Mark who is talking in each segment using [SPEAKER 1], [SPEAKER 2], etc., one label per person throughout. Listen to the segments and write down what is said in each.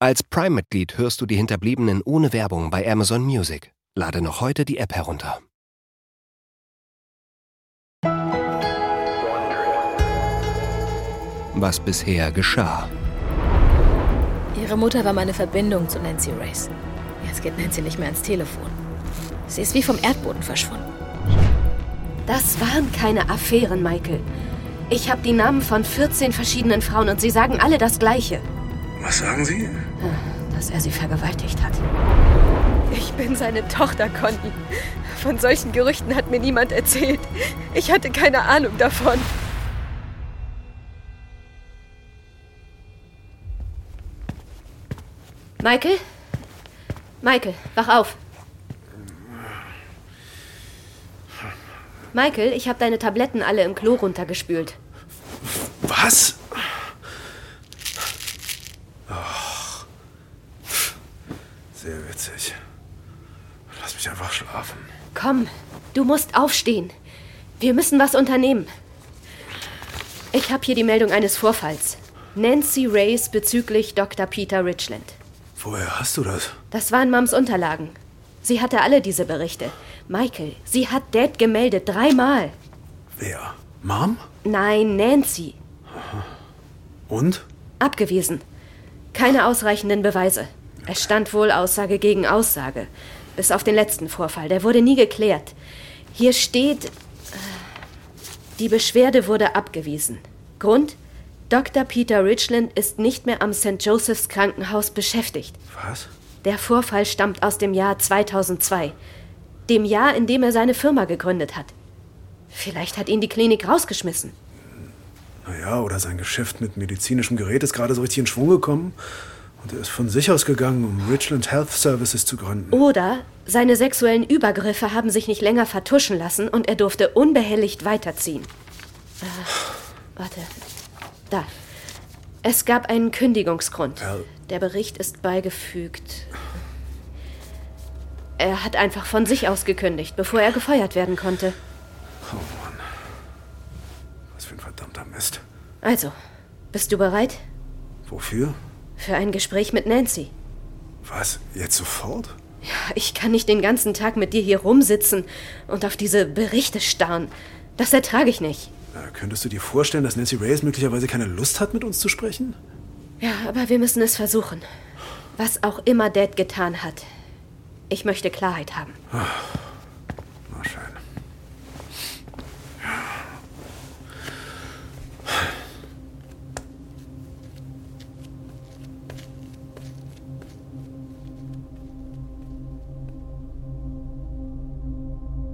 [SPEAKER 1] Als Prime-Mitglied hörst du die Hinterbliebenen ohne Werbung bei Amazon Music. Lade noch heute die App herunter. Was bisher geschah.
[SPEAKER 2] Ihre Mutter war meine Verbindung zu Nancy Race. Jetzt geht Nancy nicht mehr ans Telefon. Sie ist wie vom Erdboden verschwunden.
[SPEAKER 3] Das waren keine Affären, Michael. Ich habe die Namen von 14 verschiedenen Frauen und sie sagen alle das Gleiche. Ah,
[SPEAKER 4] Was sagen Sie?
[SPEAKER 3] Dass er sie vergewaltigt hat.
[SPEAKER 2] Ich bin seine Tochter, Conny. Von solchen Gerüchten hat mir niemand erzählt. Ich hatte keine Ahnung davon.
[SPEAKER 3] Michael? Michael, wach auf. Michael, ich habe deine Tabletten alle im Klo runtergespült.
[SPEAKER 4] Was? Sehr witzig. Lass mich einfach schlafen.
[SPEAKER 3] Komm, du musst aufstehen. Wir müssen was unternehmen. Ich habe hier die Meldung eines Vorfalls. Nancy Race bezüglich Dr. Peter Richland.
[SPEAKER 4] Woher hast du das?
[SPEAKER 3] Das waren Mams Unterlagen. Sie hatte alle diese Berichte. Michael, sie hat Dad gemeldet, dreimal.
[SPEAKER 4] Wer? Mom?
[SPEAKER 3] Nein, Nancy.
[SPEAKER 4] Und?
[SPEAKER 3] Abgewiesen. Keine ausreichenden Beweise. Es stand wohl Aussage gegen Aussage. Bis auf den letzten Vorfall. Der wurde nie geklärt. Hier steht. äh, Die Beschwerde wurde abgewiesen. Grund? Dr. Peter Richland ist nicht mehr am St. Josephs Krankenhaus beschäftigt.
[SPEAKER 4] Was?
[SPEAKER 3] Der Vorfall stammt aus dem Jahr 2002. Dem Jahr, in dem er seine Firma gegründet hat. Vielleicht hat ihn die Klinik rausgeschmissen.
[SPEAKER 4] Naja, oder sein Geschäft mit medizinischem Gerät ist gerade so richtig in Schwung gekommen. Und er ist von sich aus gegangen, um Richland Health Services zu gründen.
[SPEAKER 3] Oder seine sexuellen Übergriffe haben sich nicht länger vertuschen lassen und er durfte unbehelligt weiterziehen. Äh, warte. Da. Es gab einen Kündigungsgrund.
[SPEAKER 4] Ja.
[SPEAKER 3] Der Bericht ist beigefügt. Er hat einfach von sich aus gekündigt, bevor er gefeuert werden konnte.
[SPEAKER 4] Oh Mann. Was für ein verdammter Mist.
[SPEAKER 3] Also, bist du bereit
[SPEAKER 4] Wofür?
[SPEAKER 3] für ein Gespräch mit Nancy?
[SPEAKER 4] Was? Jetzt sofort?
[SPEAKER 3] Ich kann nicht den ganzen Tag mit dir hier rumsitzen und auf diese Berichte starren. Das ertrage ich nicht.
[SPEAKER 4] Na, könntest du dir vorstellen, dass Nancy Reyes möglicherweise keine Lust hat, mit uns zu sprechen?
[SPEAKER 3] Ja, aber wir müssen es versuchen. Was auch immer Dad getan hat. Ich möchte Klarheit haben.
[SPEAKER 4] Na schön.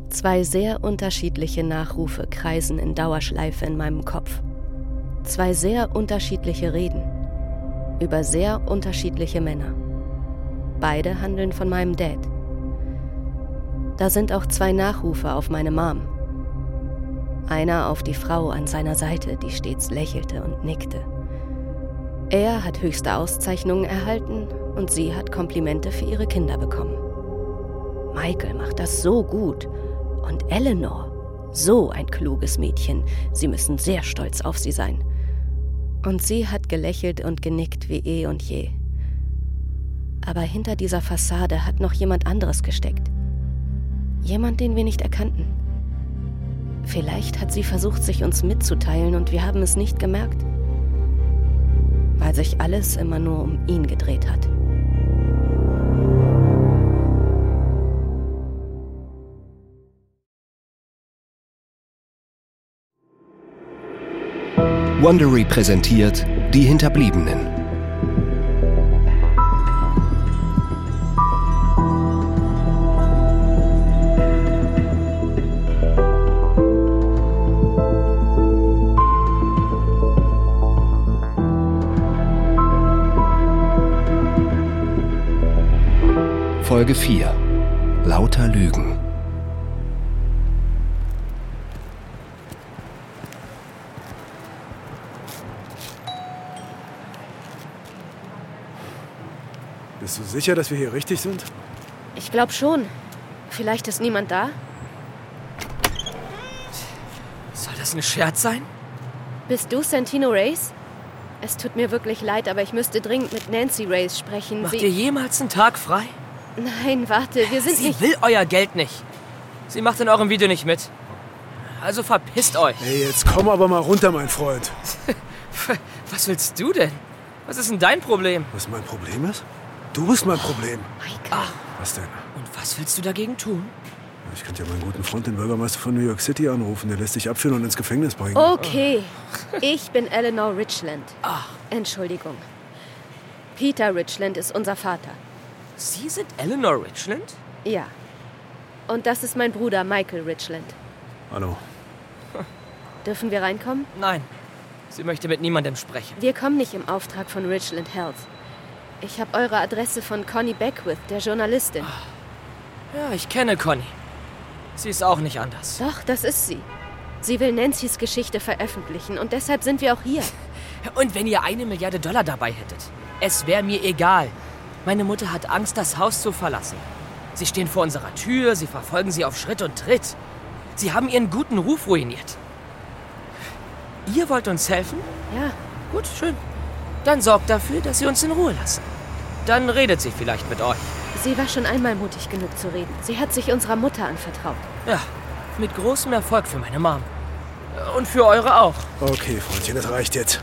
[SPEAKER 3] Zwei sehr unterschiedliche Nachrufe kreisen in Dauerschleife in meinem Kopf. Zwei sehr unterschiedliche Reden über sehr unterschiedliche Männer. Beide handeln von meinem Dad. Da sind auch zwei Nachrufe auf meine Mom. Einer auf die Frau an seiner Seite, die stets lächelte und nickte. Er hat höchste Auszeichnungen erhalten und sie hat Komplimente für ihre Kinder bekommen. Michael macht das so gut. Und Eleanor, so ein kluges Mädchen. Sie müssen sehr stolz auf sie sein. Und sie hat gelächelt und genickt wie eh und je. Aber hinter dieser Fassade hat noch jemand anderes gesteckt. Jemand, den wir nicht erkannten. Vielleicht hat sie versucht, sich uns mitzuteilen und wir haben es nicht gemerkt. Weil sich alles immer nur um ihn gedreht hat.
[SPEAKER 1] Wondery präsentiert Die Hinterbliebenen. Folge 4 Lauter Lügen
[SPEAKER 4] Bist du sicher, dass wir hier richtig sind?
[SPEAKER 3] Ich glaube schon. Vielleicht ist niemand da.
[SPEAKER 5] Soll das ein Scherz sein?
[SPEAKER 3] Bist du Santino Reyes? Es tut mir wirklich leid, aber ich müsste dringend mit Nancy Race sprechen.
[SPEAKER 5] Macht
[SPEAKER 3] Sie-
[SPEAKER 5] ihr jemals einen Tag frei?
[SPEAKER 3] Nein, warte, wir sind
[SPEAKER 5] Sie
[SPEAKER 3] nicht.
[SPEAKER 5] will euer Geld nicht. Sie macht in eurem Video nicht mit. Also verpisst euch.
[SPEAKER 4] Hey, jetzt komm aber mal runter, mein Freund.
[SPEAKER 5] Was willst du denn? Was ist denn dein Problem?
[SPEAKER 4] Was mein Problem ist? Du bist Oh mein Ah. Problem.
[SPEAKER 3] Michael.
[SPEAKER 4] Was denn?
[SPEAKER 5] Und was willst du dagegen tun?
[SPEAKER 4] Ich könnte ja meinen guten Freund, den Bürgermeister von New York City, anrufen. Der lässt dich abführen und ins Gefängnis bringen.
[SPEAKER 3] Okay, ich bin Eleanor Richland. Entschuldigung. Peter Richland ist unser Vater.
[SPEAKER 5] Sie sind Eleanor Richland?
[SPEAKER 3] Ja. Und das ist mein Bruder Michael Richland.
[SPEAKER 4] Hallo.
[SPEAKER 3] Dürfen wir reinkommen?
[SPEAKER 5] Nein. Sie möchte mit niemandem sprechen.
[SPEAKER 3] Wir kommen nicht im Auftrag von Richland Health. Ich habe eure Adresse von Connie Beckwith, der Journalistin.
[SPEAKER 5] Ja, ich kenne Conny. Sie ist auch nicht anders.
[SPEAKER 3] Doch, das ist sie. Sie will Nancy's Geschichte veröffentlichen und deshalb sind wir auch hier.
[SPEAKER 5] Und wenn ihr eine Milliarde Dollar dabei hättet, es wäre mir egal. Meine Mutter hat Angst, das Haus zu verlassen. Sie stehen vor unserer Tür, sie verfolgen sie auf Schritt und Tritt. Sie haben ihren guten Ruf ruiniert. Ihr wollt uns helfen?
[SPEAKER 3] Ja,
[SPEAKER 5] Gut, schön. Dann sorgt dafür, dass sie uns in Ruhe lassen. Dann redet sie vielleicht mit euch.
[SPEAKER 3] sie war schon einmal mutig genug zu reden. Sie hat sich unserer Mutter anvertraut.
[SPEAKER 5] Ja, mit großem Erfolg für meine Mom. Und für eure auch.
[SPEAKER 4] Okay, Freundchen, das reicht jetzt.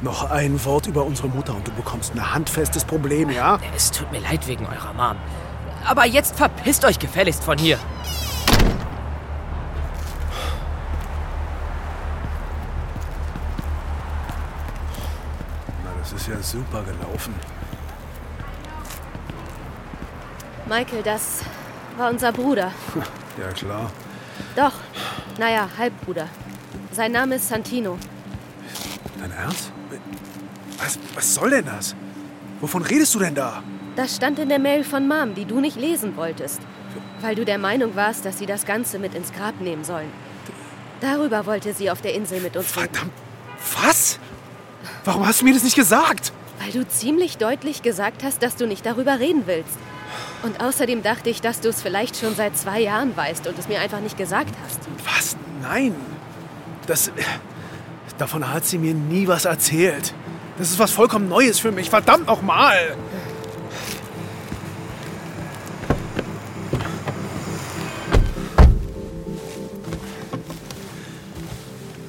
[SPEAKER 4] Noch ein Wort über unsere Mutter und du bekommst ein handfestes Problem, ja?
[SPEAKER 5] Es tut mir leid wegen eurer Mom. Aber jetzt verpisst euch gefälligst von hier.
[SPEAKER 4] Na, das ist ja super gelaufen.
[SPEAKER 3] Michael, das war unser Bruder.
[SPEAKER 4] Ja, klar.
[SPEAKER 3] Doch, naja, Halbbruder. Sein Name ist Santino.
[SPEAKER 4] Dein Ernst? Was, was soll denn das? Wovon redest du denn da?
[SPEAKER 3] Das stand in der Mail von Mom, die du nicht lesen wolltest, weil du der Meinung warst, dass sie das Ganze mit ins Grab nehmen sollen. Darüber wollte sie auf der Insel mit uns reden,
[SPEAKER 4] Verdammt. Was? Warum hast du mir das nicht gesagt?
[SPEAKER 3] weil du ziemlich deutlich gesagt hast, dass du nicht darüber reden willst. Und außerdem dachte ich, dass du es vielleicht schon seit zwei Jahren weißt und es mir einfach nicht gesagt hast.
[SPEAKER 4] Was? Nein. Das. Davon hat sie mir nie was erzählt. Das ist was vollkommen Neues für mich. Verdammt nochmal.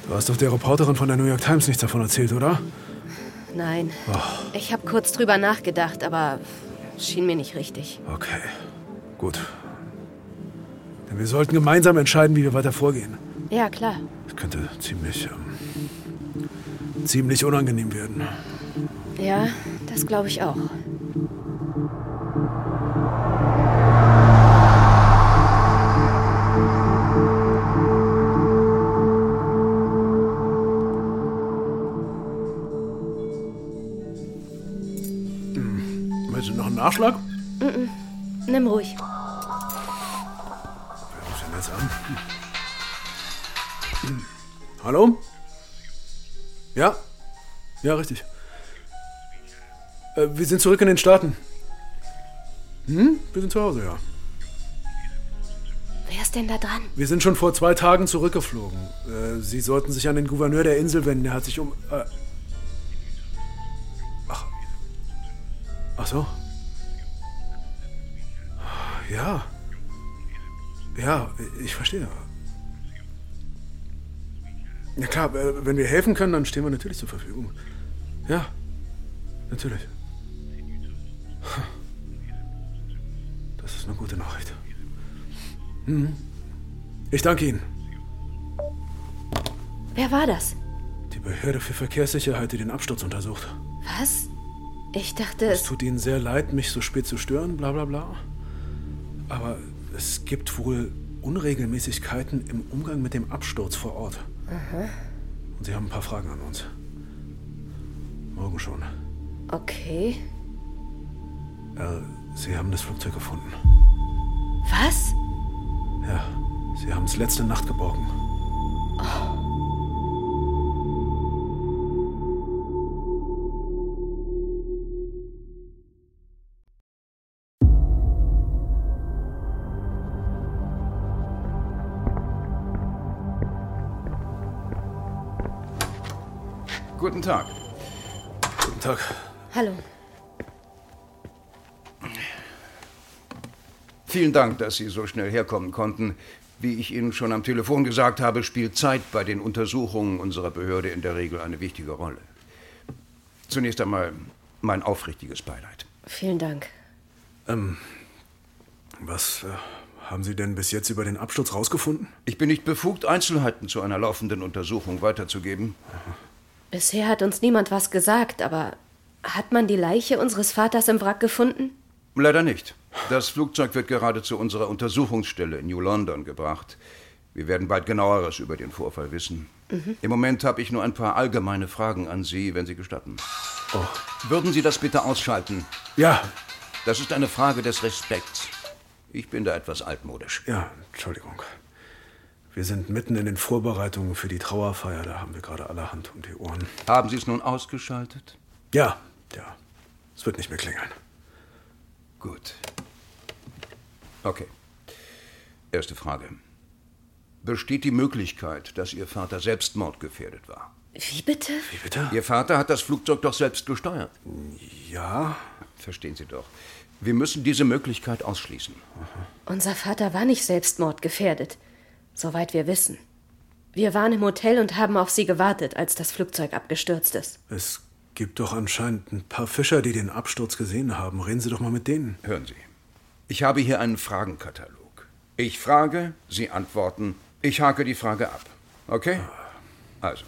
[SPEAKER 4] Du hast doch der Reporterin von der New York Times nichts davon erzählt, oder?
[SPEAKER 3] Nein, ich habe kurz drüber nachgedacht, aber schien mir nicht richtig.
[SPEAKER 4] Okay, gut. Denn wir sollten gemeinsam entscheiden, wie wir weiter vorgehen.
[SPEAKER 3] Ja, klar.
[SPEAKER 4] Es könnte ziemlich, ähm, ziemlich unangenehm werden.
[SPEAKER 3] Ja, das glaube ich auch.
[SPEAKER 4] Willst du noch einen Nachschlag?
[SPEAKER 3] Nimm ruhig.
[SPEAKER 4] Wer ruft denn jetzt an? Hm. Hallo? Ja? Ja, richtig. Äh, wir sind zurück in den Staaten. Hm? Wir sind zu Hause, ja.
[SPEAKER 3] Wer ist denn da dran?
[SPEAKER 4] Wir sind schon vor zwei Tagen zurückgeflogen. Äh, Sie sollten sich an den Gouverneur der Insel wenden. Der hat sich um. Äh, ach. Ach so. Ja. Ja, ich verstehe. Ja klar, äh, wenn wir helfen können, dann stehen wir natürlich zur Verfügung. Ja, natürlich. Das ist eine gute Nachricht. Ich danke Ihnen.
[SPEAKER 3] Wer war das?
[SPEAKER 4] Die Behörde für Verkehrssicherheit, die den Absturz untersucht.
[SPEAKER 3] Was? Ich dachte,
[SPEAKER 4] Es
[SPEAKER 3] es.
[SPEAKER 4] tut Ihnen sehr leid, mich so spät zu stören, bla bla bla. Aber es gibt wohl Unregelmäßigkeiten im Umgang mit dem Absturz vor Ort. Und Sie haben ein paar Fragen an uns. Morgen schon.
[SPEAKER 3] Okay.
[SPEAKER 4] Äh, Sie haben das Flugzeug gefunden.
[SPEAKER 3] Was?
[SPEAKER 4] Ja, Sie haben es letzte Nacht geborgen.
[SPEAKER 6] Guten Tag.
[SPEAKER 4] Tag.
[SPEAKER 3] Hallo.
[SPEAKER 6] Vielen Dank, dass Sie so schnell herkommen konnten. Wie ich Ihnen schon am Telefon gesagt habe, spielt Zeit bei den Untersuchungen unserer Behörde in der Regel eine wichtige Rolle. Zunächst einmal mein aufrichtiges Beileid.
[SPEAKER 3] Vielen Dank.
[SPEAKER 4] Was äh, haben Sie denn bis jetzt über den Absturz rausgefunden?
[SPEAKER 6] Ich bin nicht befugt, Einzelheiten zu einer laufenden Untersuchung weiterzugeben.
[SPEAKER 3] Bisher hat uns niemand was gesagt, aber hat man die Leiche unseres Vaters im Wrack gefunden?
[SPEAKER 6] Leider nicht. Das Flugzeug wird gerade zu unserer Untersuchungsstelle in New London gebracht. Wir werden bald genaueres über den Vorfall wissen. Im Moment habe ich nur ein paar allgemeine Fragen an Sie, wenn Sie gestatten. Würden Sie das bitte ausschalten?
[SPEAKER 4] Ja,
[SPEAKER 6] Das ist eine Frage des Respekts. Ich bin da etwas altmodisch.
[SPEAKER 4] ja, Entschuldigung. Wir sind mitten in den Vorbereitungen für die Trauerfeier. Da haben wir gerade allerhand um die Ohren.
[SPEAKER 6] Haben Sie es nun ausgeschaltet?
[SPEAKER 4] Ja, ja. Es wird nicht mehr klingeln.
[SPEAKER 6] Gut. Okay. Erste Frage. Besteht die Möglichkeit, dass Ihr Vater selbstmordgefährdet war?
[SPEAKER 3] Wie bitte?
[SPEAKER 4] Wie bitte?
[SPEAKER 6] Ihr Vater hat das Flugzeug doch selbst gesteuert.
[SPEAKER 4] Ja.
[SPEAKER 6] Verstehen Sie doch. Wir müssen diese Möglichkeit ausschließen.
[SPEAKER 3] Unser Vater war nicht selbstmordgefährdet, soweit wir wissen. Wir waren im Hotel und haben auf sie gewartet, als das Flugzeug abgestürzt ist.
[SPEAKER 4] Es gibt doch anscheinend ein paar Fischer, die den Absturz gesehen haben. Reden Sie doch mal mit denen.
[SPEAKER 6] Hören Sie. Ich habe hier einen Fragenkatalog. Ich frage, Sie antworten. Ich hake die Frage ab. Okay? Also.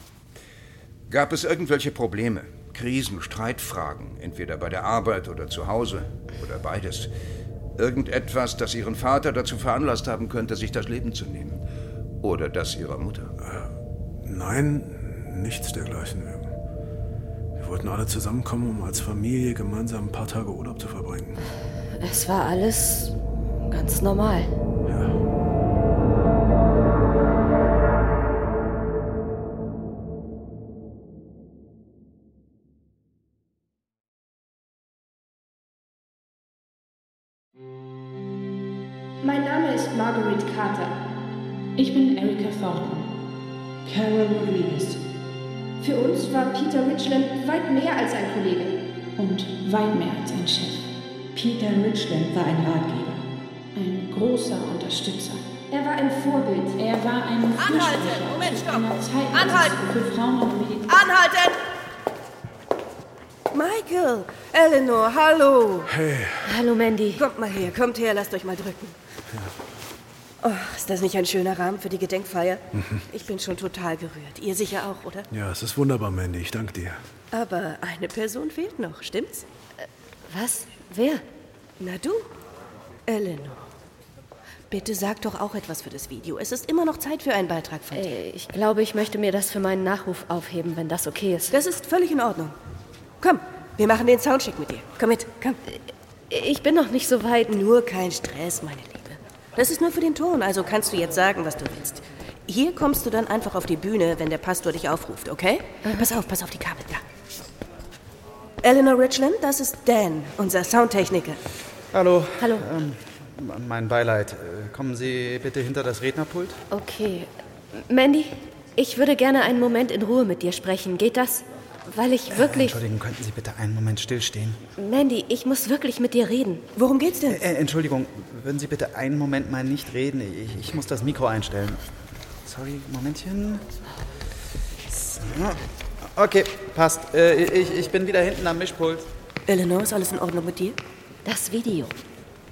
[SPEAKER 6] Gab es irgendwelche Probleme, Krisen, Streitfragen, entweder bei der Arbeit oder zu Hause oder beides? Irgendetwas, das Ihren Vater dazu veranlasst haben könnte, sich das Leben zu nehmen? Oder das Ihrer Mutter?
[SPEAKER 4] Nein, nichts dergleichen. Wir wir wollten alle zusammenkommen, um als Familie gemeinsam ein paar Tage Urlaub zu verbringen.
[SPEAKER 3] Es war alles ganz normal.
[SPEAKER 7] Mein Name ist Marguerite Carter. Ich bin Erika Thornton. Carol Rodriguez. Für uns war Peter Richland weit mehr als ein Kollege. Und weit mehr als ein Chef. Peter Richland war ein Ratgeber. Ein großer Unterstützer. Er war ein Vorbild. Er war ein Anhalten! Moment, stopp! Anhalten! Für Frauen und Medizin.
[SPEAKER 8] Anhalten! Michael, Eleanor, hallo.
[SPEAKER 3] Hallo, Mandy.
[SPEAKER 8] Kommt mal her, kommt her, lasst euch mal drücken. Oh, ist das nicht ein schöner Rahmen für die Gedenkfeier? Ich bin schon total gerührt. Ihr sicher auch, oder?
[SPEAKER 4] Ja, es ist wunderbar, Mandy. Ich danke dir.
[SPEAKER 8] Aber eine Person fehlt noch, stimmt's?
[SPEAKER 3] Was? Wer?
[SPEAKER 8] Na du, Eleanor. Bitte sag doch auch etwas für das Video. Es ist immer noch Zeit für einen Beitrag von dir.
[SPEAKER 3] Äh, Ich glaube, ich möchte mir das für meinen Nachruf aufheben, wenn das okay ist.
[SPEAKER 8] Das ist völlig in Ordnung. Komm, wir machen den Soundcheck mit dir. Komm mit, komm.
[SPEAKER 3] Ich bin noch nicht so weit.
[SPEAKER 8] Nur kein Stress, meine Liebe. Das ist nur für den Ton, also kannst du jetzt sagen, was du willst. Hier kommst du dann einfach auf die Bühne, wenn der Pastor dich aufruft, okay? Äh, Pass auf, pass auf die Kabel, da. Eleanor Richland, das ist Dan, unser Soundtechniker.
[SPEAKER 9] Hallo.
[SPEAKER 3] Hallo.
[SPEAKER 9] Ähm, mein Beileid. Äh, Kommen Sie bitte hinter das Rednerpult.
[SPEAKER 3] Okay. Mandy, ich würde gerne einen Moment in Ruhe mit dir sprechen. Geht das? Weil ich wirklich.
[SPEAKER 9] Entschuldigung, könnten Sie bitte einen Moment stillstehen?
[SPEAKER 3] Mandy, ich muss wirklich mit dir reden.
[SPEAKER 8] Worum geht's denn?
[SPEAKER 9] Äh, Entschuldigung, würden Sie bitte einen Moment mal nicht reden? Ich, ich muss das Mikro einstellen. Sorry, Momentchen. So. Okay, passt. Äh, ich, ich bin wieder hinten am Mischpult.
[SPEAKER 8] Eleanor, ist alles in Ordnung mit dir?
[SPEAKER 3] Das Video.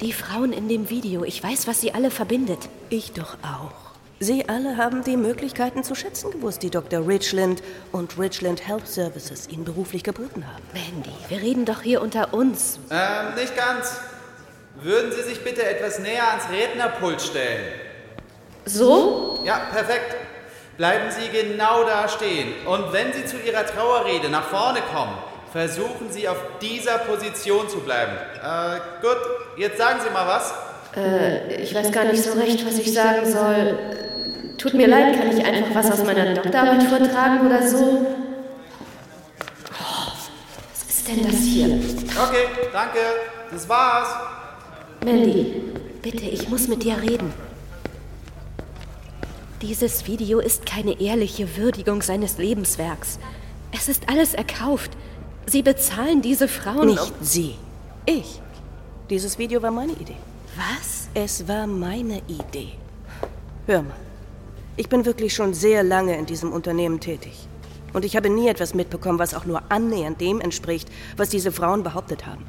[SPEAKER 3] Die Frauen in dem Video. Ich weiß, was sie alle verbindet.
[SPEAKER 8] Ich doch auch. Sie alle haben die Möglichkeiten zu schätzen gewusst, die Dr. Richland und Richland Health Services Ihnen beruflich geboten haben.
[SPEAKER 3] Mandy, wir reden doch hier unter uns.
[SPEAKER 9] Ähm, nicht ganz. Würden Sie sich bitte etwas näher ans Rednerpult stellen?
[SPEAKER 3] So?
[SPEAKER 9] Ja, perfekt. Bleiben Sie genau da stehen. Und wenn Sie zu Ihrer Trauerrede nach vorne kommen, versuchen Sie auf dieser Position zu bleiben. Äh, gut, jetzt sagen Sie mal was.
[SPEAKER 3] Ich weiß gar nicht so recht, was ich sagen soll. Tut mir leid, kann ich einfach was aus meiner Doktorarbeit vortragen oder so? Oh, Was ist denn das hier?
[SPEAKER 9] Okay, danke. Das war's.
[SPEAKER 3] Mandy, bitte, ich muss mit dir reden. Dieses Video ist keine ehrliche Würdigung seines Lebenswerks. Es ist alles erkauft. Sie bezahlen diese Frauen.
[SPEAKER 8] Nicht sie. Ich. Dieses Video war meine Idee.
[SPEAKER 3] Was?
[SPEAKER 8] Es war meine Idee. Hör mal. Ich bin wirklich schon sehr lange in diesem Unternehmen tätig. Und ich habe nie etwas mitbekommen, was auch nur annähernd dem entspricht, was diese Frauen behauptet haben.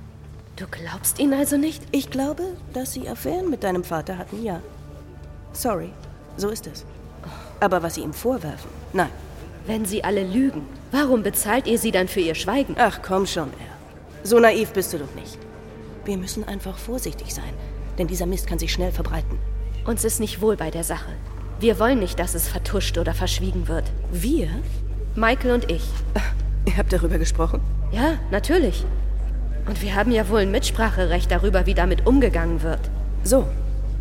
[SPEAKER 3] Du glaubst ihnen also nicht?
[SPEAKER 8] Ich glaube, dass sie Affären mit deinem Vater hatten, ja. Sorry, so ist es. Aber was sie ihm vorwerfen, nein.
[SPEAKER 3] Wenn sie alle lügen, warum bezahlt ihr sie dann für ihr Schweigen?
[SPEAKER 8] Ach, komm schon, Er. So naiv bist du doch nicht. Wir müssen einfach vorsichtig sein, denn dieser Mist kann sich schnell verbreiten.
[SPEAKER 3] Uns ist nicht wohl bei der Sache. Wir wollen nicht, dass es vertuscht oder verschwiegen wird.
[SPEAKER 8] Wir?
[SPEAKER 3] Michael und ich.
[SPEAKER 8] Ihr habt darüber gesprochen?
[SPEAKER 3] Ja, natürlich. Und wir haben ja wohl ein Mitspracherecht darüber, wie damit umgegangen wird.
[SPEAKER 8] So,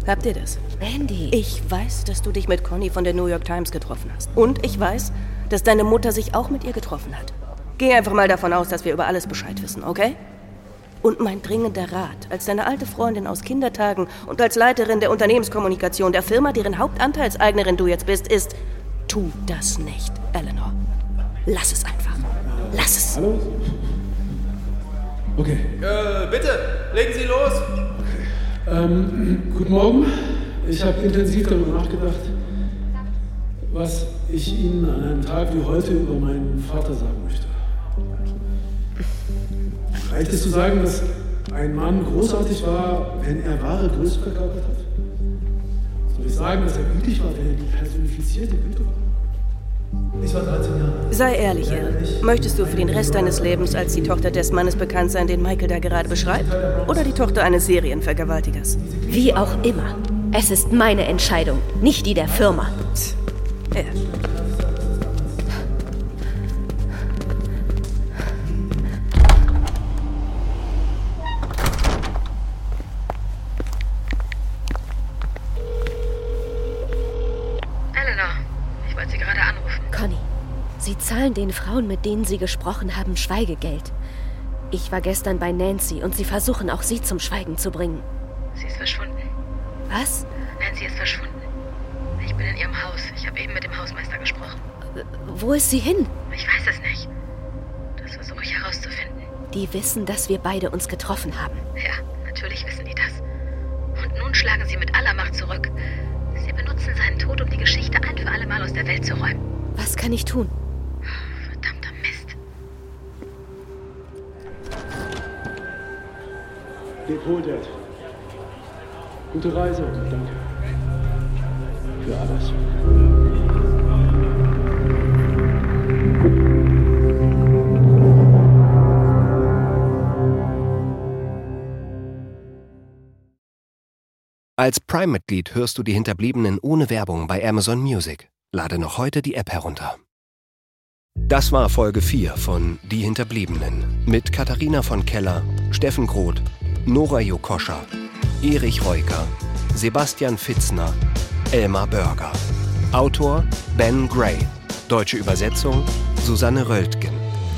[SPEAKER 8] habt ihr das?
[SPEAKER 3] Andy.
[SPEAKER 8] Ich weiß, dass du dich mit Conny von der New York Times getroffen hast. Und ich weiß, dass deine Mutter sich auch mit ihr getroffen hat. Geh einfach mal davon aus, dass wir über alles Bescheid wissen, okay? Und mein dringender Rat, als deine alte Freundin aus Kindertagen und als Leiterin der Unternehmenskommunikation der Firma, deren Hauptanteilseignerin du jetzt bist, ist, tu das nicht, Eleanor. Lass es einfach. Lass es.
[SPEAKER 4] Hallo? Okay.
[SPEAKER 10] Äh, bitte, legen Sie los.
[SPEAKER 4] Ähm, guten Morgen. Ich habe intensiv darüber nachgedacht, was ich Ihnen an einem Tag wie heute über meinen Vater sagen möchte. Reicht es zu sagen, dass ein Mann großartig war, wenn er wahre Größe verkörpert hat? Soll ich sagen, dass er gütig war, wenn er die personifizierte Güte war? Ich war 13 Jahre alt.
[SPEAKER 8] Sei ehrlich, Ellen. Möchtest du für den Rest deines Lebens als die Tochter des Mannes bekannt sein, den Michael da gerade beschreibt? Oder die Tochter eines Serienvergewaltigers?
[SPEAKER 3] Wie auch immer. Es ist meine Entscheidung, nicht die der Firma.
[SPEAKER 8] Er.
[SPEAKER 2] Eleanor, ich wollte Sie gerade anrufen.
[SPEAKER 3] Conny, Sie zahlen den Frauen, mit denen Sie gesprochen haben, Schweigegeld. Ich war gestern bei Nancy und Sie versuchen auch sie zum Schweigen zu bringen.
[SPEAKER 2] Sie ist verschwunden.
[SPEAKER 3] Was?
[SPEAKER 2] Nancy ist verschwunden. Ich bin in ihrem Haus. Ich habe eben mit dem Hausmeister gesprochen.
[SPEAKER 3] Wo ist sie hin?
[SPEAKER 2] Ich weiß es nicht. Das versuche ich herauszufinden.
[SPEAKER 3] Die wissen, dass wir beide uns getroffen haben.
[SPEAKER 2] Ja, natürlich wissen die das. Und nun schlagen sie mit aller Macht zurück. Sie benutzen seinen Tod, um die Geschichte ein für alle Mal aus der Welt zu räumen.
[SPEAKER 3] Was kann ich tun?
[SPEAKER 2] Verdammter Mist.
[SPEAKER 4] Leb wohl, Dad. Gute Reise und danke. Für alles.
[SPEAKER 1] Als Prime-Mitglied hörst du die Hinterbliebenen ohne Werbung bei Amazon Music. Lade noch heute die App herunter. Das war Folge 4 von Die Hinterbliebenen mit Katharina von Keller, Steffen Groth, Nora Jokoscha, Erich Reuker, Sebastian Fitzner, Elmar Börger. Autor Ben Gray. Deutsche Übersetzung Susanne Röltgen.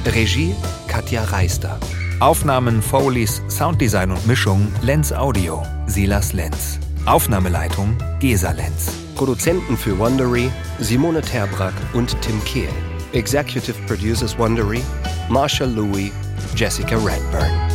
[SPEAKER 1] Regie Katja Reister.
[SPEAKER 11] Aufnahmen Foleys, Sounddesign und Mischung Lenz Audio, Silas Lenz. Aufnahmeleitung Gesa Lenz.
[SPEAKER 1] Produzenten für Wondery Simone Terbrack und Tim Kehl. Executive Producers Wondery Marshall Louis, Jessica Radburn.